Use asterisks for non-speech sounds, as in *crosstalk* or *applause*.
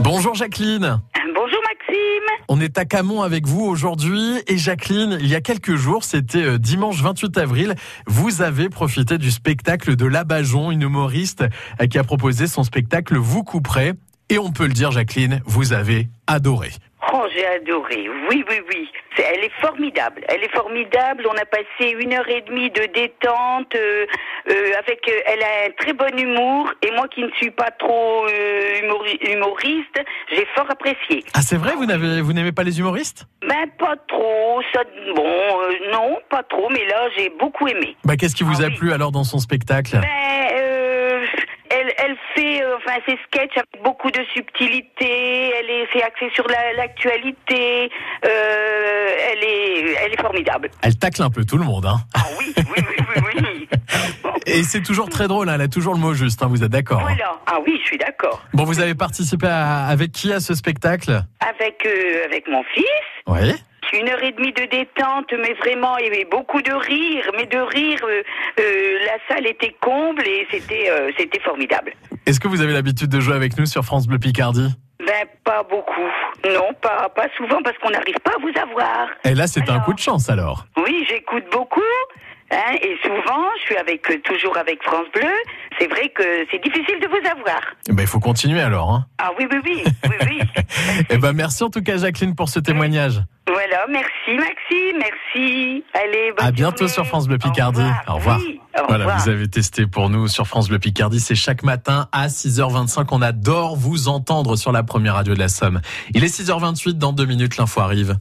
Bonjour Jacqueline. Bonjour Maxime. On est à Camon avec vous aujourd'hui. Et Jacqueline, il y a quelques jours, c'était euh, dimanche 28 avril, vous avez profité du spectacle de Labajon, une humoriste euh, qui a proposé son spectacle Vous couperez. Et on peut le dire, Jacqueline, vous avez adoré. Oh, j'ai adoré. Oui, oui, oui. C'est- Elle est formidable. Elle est formidable. On a passé une heure et demie de détente. euh, euh, avec, euh, elle a un très bon humour. Et moi qui ne suis pas trop euh, humori- humoriste, j'ai fort apprécié. Ah, c'est vrai, vous n'avez, vous n'aimez pas les humoristes Ben pas trop. Ça, bon, euh, non, pas trop. Mais là, j'ai beaucoup aimé. Bah, qu'est-ce qui vous Ah a oui. plu alors dans son spectacle Ben, euh, elle, elle fait euh, enfin, ses sketchs avec beaucoup de subtilité, elle est, c'est axé sur la- l'actualité, euh, elle, est, elle est formidable. Elle tacle un peu tout le monde. Hein. Ah oui, oui, oui, oui, oui. Et c'est toujours très drôle, hein, elle a toujours le mot juste, hein, vous êtes d'accord hein. *laughs* Voilà, ah oui, je suis d'accord. Bon, vous avez participé à- avec qui à ce spectacle Avec, euh, avec mon fils, Oui. une heure et demie de détente, mais vraiment, il y avait beaucoup de rire, mais de rire, euh, euh, la salle était comble et c'était, euh, c'était formidable. Est-ce que vous avez l'habitude de jouer avec nous sur France Bleu Picardie Ben, pas beaucoup. Non, pas, pas souvent, parce qu'on n'arrive pas à vous avoir. Et Eh là, c'est un Alors coup de chance alors. Oui, j'écoute beaucoup. Hein, et souvent, je suis avec euh, toujours avec France Bleu. C'est vrai que c'est difficile de vous avoir. Eh Ben, il faut continuer alors. Hein. Ah oui, oui, oui, oui, *laughs* oui. Eh ben, merci en tout cas, Jacqueline, pour ce témoignage. Voilà, merci Maxime, merci. Allez, bonne À bientôt journée. sur France Bleu Picardie. Au revoir. Oui, au Voilà, revoir. vous avez testé pour nous sur France Bleu Picardie. C'est chaque matin à 6h25. On adore vous entendre sur la première radio de la Somme. Il est 6h28. Dans deux minutes, l'info arrive.